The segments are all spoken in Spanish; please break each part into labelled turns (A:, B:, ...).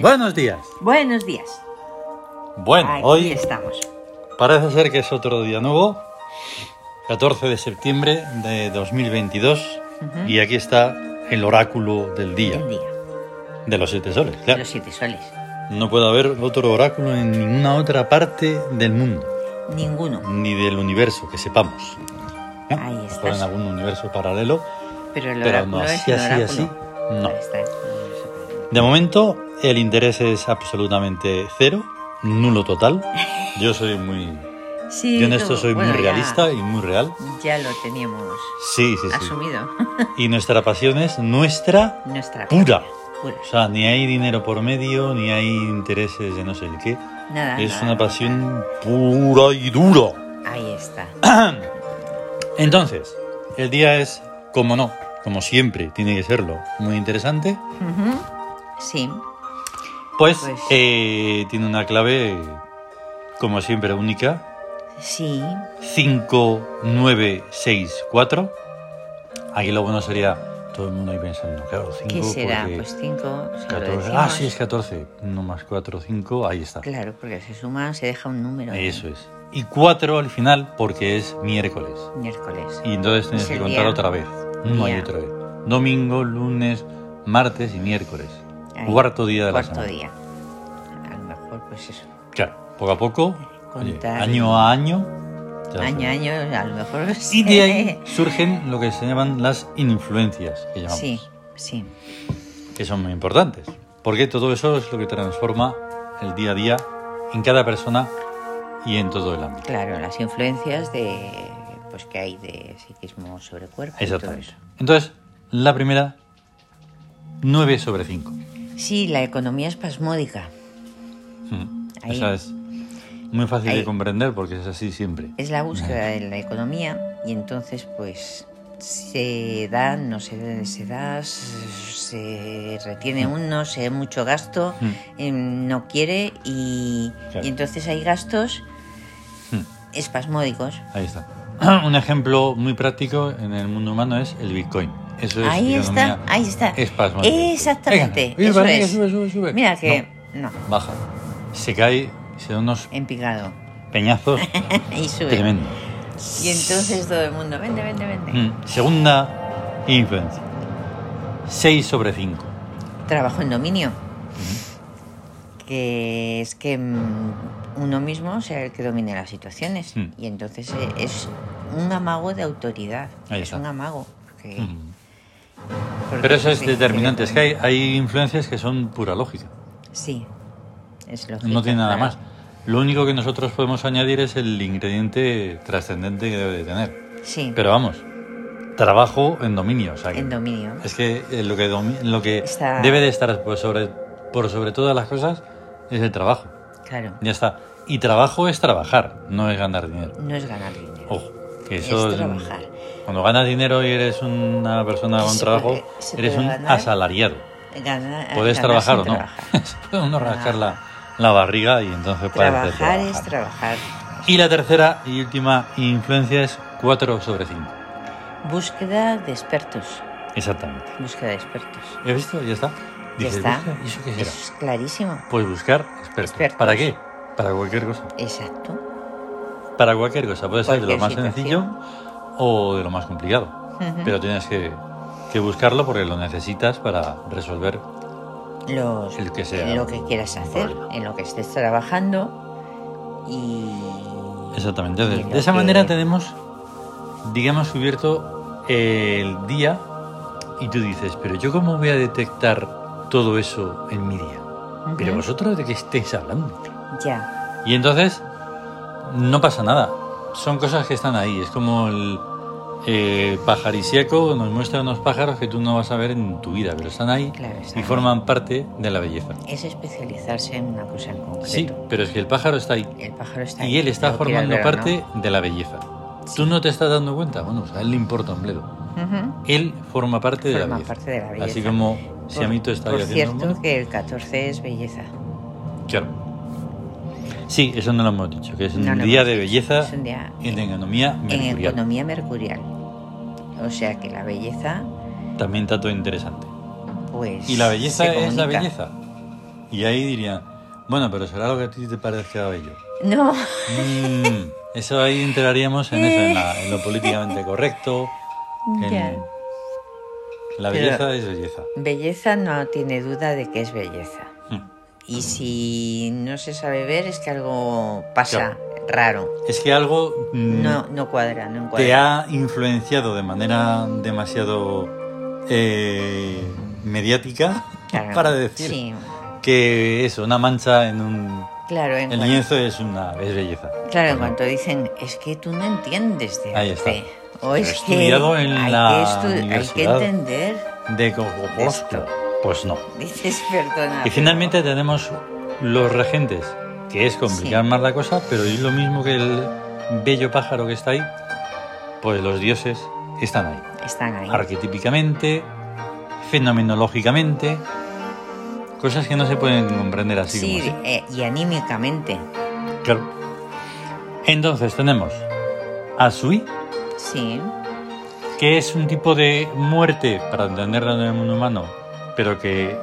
A: Buenos días.
B: Buenos días.
A: Bueno,
B: Aquí
A: hoy
B: estamos.
A: parece ser que es otro día nuevo, 14 de septiembre de 2022, y aquí está el oráculo del día,
B: El día
A: de los siete soles.
B: de
A: claro.
B: los siete soles.
A: No puede haber otro oráculo en ninguna otra parte del mundo,
B: Ninguno.
A: ni del universo, que sepamos. ¿no?
B: Ahí
A: A lo mejor
B: estás.
A: en algún universo paralelo,
B: Pero el
A: pero
B: oráculo
A: no
B: es
A: así,
B: el
A: así,
B: oráculo.
A: así. No.
B: Ahí está. No, no
A: De momento, el interés es absolutamente cero, nulo total. Yo soy muy.
B: sé. Sí,
A: Yo en esto
B: todo.
A: soy
B: Bueno,
A: muy
B: ya-
A: realista y muy real.
B: Ya, lo teníamos
A: Sí, sí, sí.
B: asumido.
A: Y nuestra pasión es nuestra.
B: Nuestra
A: Pura.
B: pasión, Pura.
A: O sea, ni hay dinero por medio, ni hay intereses de no sé el qué.
B: Nada.
A: Es
B: nada,
A: una
B: nada.
A: pasión pura y dura.
B: Ahí está.
A: Ah. Entonces, el día es, como no, como siempre, tiene que serlo, muy interesante.
B: Ujú. Sí.
A: Pues,
B: Pues-
A: eh, tiene una clave, como siempre, única.
B: Sí.
A: 5964. Aquí lo bueno sería todo el mundo ahí pensando, claro, 5
B: ¿Qué será?
A: porque
B: Pues cinco. si lo
A: 14. Ah,
B: decimos.
A: sí, es 14. No más 4, 5, ahí está.
B: Claro, porque se suma, se deja un número.
A: Eso es. Y 4 al final porque es miércoles.
B: Miércoles.
A: Y entonces tienes
B: Es
A: que
B: el
A: contar
B: día.
A: otra vez. No hay
B: Día.
A: otra vez. Domingo, lunes, martes y miércoles.
B: Ahí.
A: Cuarto día de la
B: Cuarto
A: semana.
B: día. A lo mejor, pues eso.
A: Claro, poco a poco, oye,
B: Contar.
A: año a año. te vas
B: Año a año, a lo mejor.
A: Y de ahí surgen lo que se llaman las influencias, que llamamos,
B: Sí, sí.
A: que son muy importantes, porque todo eso es lo que transforma el día a día en cada persona y en todo el ámbito.
B: Claro, las influencias de pues que hay de psiquismo sobre cuerpo y todo
A: Exactamente.
B: eso.
A: Entonces, la primera, 9 sobre 5.
B: Sí, la economía espasmódica Ahí.
A: Esa es muy fácil de
B: Ahí.
A: comprender porque es así siempre.
B: es la búsqueda de la economía y entonces pues se da, no se, se da, se retiene uno, se da mucho gasto,
A: Mm.
B: eh, no quiere y,
A: Claro.
B: y entonces hay gastos
A: Mm.
B: espasmódicos.
A: Ahí está. Un ejemplo muy práctico en el mundo humano es el Bitcoin. Eso es
B: Ahí está,
A: economía
B: ahí está.
A: espasmódica.
B: Exactamente.
A: Venga,
B: eso
A: venga,
B: es.
A: sube, sube, sube.
B: Mira que no,
A: No, baja. Se cae, se da unos
B: en picado.
A: peñazos
B: y sube.
A: tremendos.
B: Y entonces todo el mundo, vende, vende, vende.
A: Mm, Segunda influencia. 6 sobre 5. Mm.
B: Trabajo en dominio. Que es que mm, uno mismo sea el que domine las situaciones.
A: Mm.
B: Y entonces eh, es un amago de autoridad.
A: Ahí
B: es
A: está. Mm.
B: un amago. que- porque
A: Pero eso es
B: sí,
A: determinante. Es
B: sí,
A: que hay, hay influencias que son pura lógica.
B: Sí, es lógico.
A: No tiene nada
B: claro.
A: más. Lo único que nosotros podemos añadir es el ingrediente trascendente que debe de tener.
B: Sí,
A: Pero vamos, trabajo en dominio. o sea que-
B: en dominio.
A: Es que eh, lo que, domi- lo que
B: Está-
A: debe de estar por sobre, por sobre todas las cosas es el trabajo.
B: Claro,
A: Ya está. Y trabajo es trabajar, no es ganar dinero.
B: no es ganar dinero.
A: Ojo, que
B: Es
A: eso
B: trabajar.
A: Cuando ganas dinero y eres una persona con
B: Se
A: trabajo,
B: puede- se
A: eres
B: puede
A: un
B: ganar.
A: asalariado.
B: Ganar- eh,
A: Puedes
B: ganar Ah,
A: trabajar
B: sin
A: o no.
B: trabajar. Ah.
A: Puede uno rascar la, la barriga y entonces puedes hacer
B: trabajar es
A: trabajar.
B: trabajar.
A: Y la tercera y última influencia es 4 sobre 5.
B: Búsqueda de expertos.
A: Exactamente.
B: Búsqueda de expertos.
A: ¿He visto? Ya está.
B: Ya
A: Dices,
B: está.
A: "Hostia, ¿y eso qué será?".
B: Eso es clarísimo.
A: Pues buscar expertos.
B: Expertos.
A: ¿Para qué? Para cualquier cosa.
B: Exacto.
A: Para cualquier cosa. Puede ser de lo
B: Cualquier
A: más sencillo
B: situación.
A: o de lo más complicado.
B: Ujú.
A: Pero tienes que, que buscarlo porque lo necesitas para resolver.
B: Los-
A: El que sea.
B: Lo que quieras hacer, en lo que estés trabajando y...
A: Exactamente.
B: y
A: Entonces,
B: lo
A: de esa
B: que-
A: manera tenemos, digamos, cubierto el día y tú dices, pero yo cómo voy a detectar todo eso en mi día.
B: Ujú.
A: Pero vosotros de qué estáis hablando.
B: Ya,
A: Y entonces no pasa nada. Son cosas que están ahí. Es como el eh, pajarisíaco nos muestra unos pájaros que tú no vas a ver en tu vida, pero están ahí
B: Claro, están
A: y
B: ahí.
A: forman parte de la belleza.
B: es especializarse en una cosa en
A: Sí,
B: concreto.
A: pero es que el pájaro está ahí
B: El pájaro está
A: y él
B: ahí,
A: está
B: lo
A: formando
B: quieras ver o
A: parte de la belleza. Tú no te estás dando cuenta. Bueno, pues a él le importa un bledo.
B: no. Ujú.
A: Él forma parte, de, la
B: Forma
A: belleza.
B: parte de la belleza.
A: Así como si a mí tú estás
B: Por
A: haciendo un
B: cierto
A: mono,
B: que el 14 es belleza.
A: Claro. Sí, eso no lo hemos dicho, que es un
B: No lo
A: día
B: hemos
A: de
B: dicho,
A: belleza
B: es un día-
A: en economía
B: En
A: mercurial.
B: economía mercurial. O sea que la belleza,
A: También dato interesante.
B: pues...
A: Y la
B: se
A: belleza es la
B: comunica.
A: belleza. Y ahí dirían, bueno, pero será lo que a ti te parezca bello.
B: No,
A: Mm, eso ahí entraríamos en eso, en, la- en lo políticamente correcto. en-
B: Ya.
A: La
B: Pero-
A: belleza es belleza.
B: belleza no tiene duda de que es belleza.
A: Mm.
B: Y si no se sabe ver es que algo pasa raro.
A: Es que algo mm,
B: No, no cuadra, no
A: te
B: cuadra.
A: ha influenciado de manera demasiado eh, mediática
B: Claro.
A: para decir
B: Sí,
A: que eso, una mancha en un
B: claro, en
A: el
B: cuanto-
A: lienzo es una es belleza.
B: Claro, en cuanto dicen, es que tú no entiendes de
A: Ahí
B: arte".
A: está.
B: O
A: He
B: es que
A: estudiado en
B: hay,
A: la
B: que estu- hay que
A: universidad.
B: entender.
A: De Gogostro.
B: Esto.
A: Pues no.
B: Dices, perdona.
A: Y
B: Ah, pero-
A: finalmente tenemos los regentes, que es complicar
B: Sí.
A: más la cosa, pero es lo mismo que el bello pájaro que está ahí, pues los dioses están ahí.
B: Están ahí.
A: Arquetípicamente, fenomenológicamente, cosas que no se pueden comprender así
B: Sí,
A: como así.
B: eh, y anímicamente.
A: Claro. Entonces tenemos a Sui,
B: Sí,
A: que es un tipo de muerte, para entenderlo en el mundo humano, pero que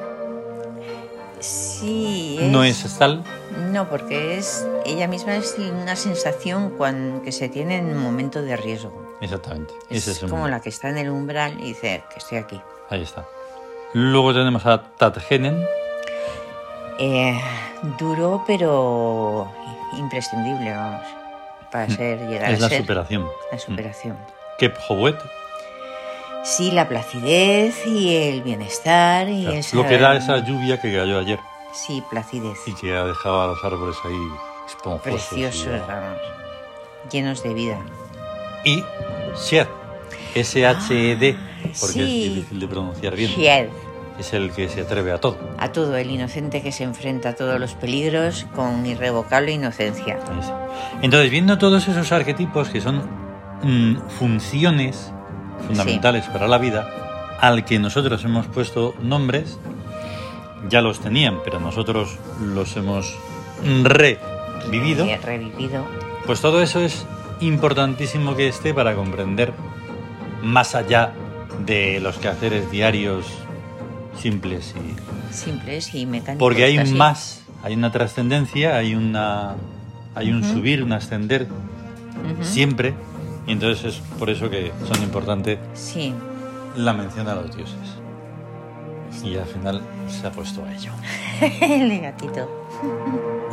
B: sí.
A: no es tal.
B: No, porque es ella misma es una sensación cuan- que se tiene en un momento de riesgo.
A: Exactamente.
B: Es,
A: Ese es un-
B: como la que está en el umbral y dice que estoy aquí.
A: Ahí está. Luego tenemos a Tatgenen,
B: Eh, duro pero imprescindible, vamos, para ser llegar
A: Mm. es
B: a
A: la Mm.
B: ser
A: superación.
B: la superación.
A: Kephowet,
B: Sí, la placidez y el bienestar y el
A: lo que da
B: saber-
A: esa lluvia que cayó ayer
B: Sí, placidez.
A: y que ha dejado a los árboles ahí esponjosos.
B: Preciosos, vamos. Llenos de vida.
A: Y, y Shed, S-H-E-D, E porque
B: Ah, sí.
A: es difícil de pronunciar bien.
B: Fiel
A: Es el que se atreve a todo.
B: a todo el inocente que se enfrenta a todos los peligros con irrevocable inocencia.
A: Ahí está. Entonces, viendo todos esos arquetipos que son mm, funciones fundamentales para la vida, al que nosotros hemos puesto nombres, ya los tenían, pero nosotros los hemos revivido,
B: Eh, revivido.
A: pues todo eso es importantísimo que esté para comprender más allá de los quehaceres diarios simples y
B: Simples y mecánicos.
A: porque hay
B: casi.
A: más, hay una trascendencia, hay una hay un
B: Ujú.
A: subir, un ascender
B: Ujú.
A: siempre. Y entonces es por eso que son importantes
B: Sí.
A: la mención a los dioses. Y al final se ha puesto a ello.
B: el gatito.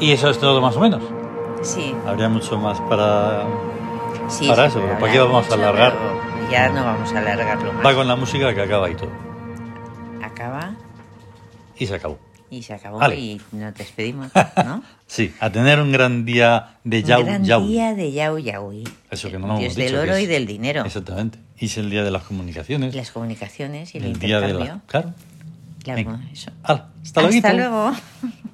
A: Y eso es todo más o menos.
B: Sí.
A: Habría mucho más para...
B: sí
A: Para
B: sí,
A: eso,
B: pero
A: ¿para qué
B: habrá
A: vamos a
B: mucho,
A: alargar?
B: pero Ya no vamos a alargarlo más.
A: Va con la música que acaba y todo.
B: Acaba
A: Y se acabó.
B: y se acabó
A: Ale.
B: y nos despedimos, ¿no?
A: Sí, a tener un gran día de Yau
B: Un gran
A: Yau.
B: día de Yau Yaui.
A: Eso que no lo hemos
B: Dios
A: dicho,
B: del oro
A: que es-
B: y del dinero.
A: Exactamente. Y es el día de las comunicaciones.
B: Y Las comunicaciones y el,
A: el día de
B: intercambio.
A: la... Claro.
B: Claro,
A: Venga.
B: eso.
A: Ala, hasta luego.
B: Hasta luego.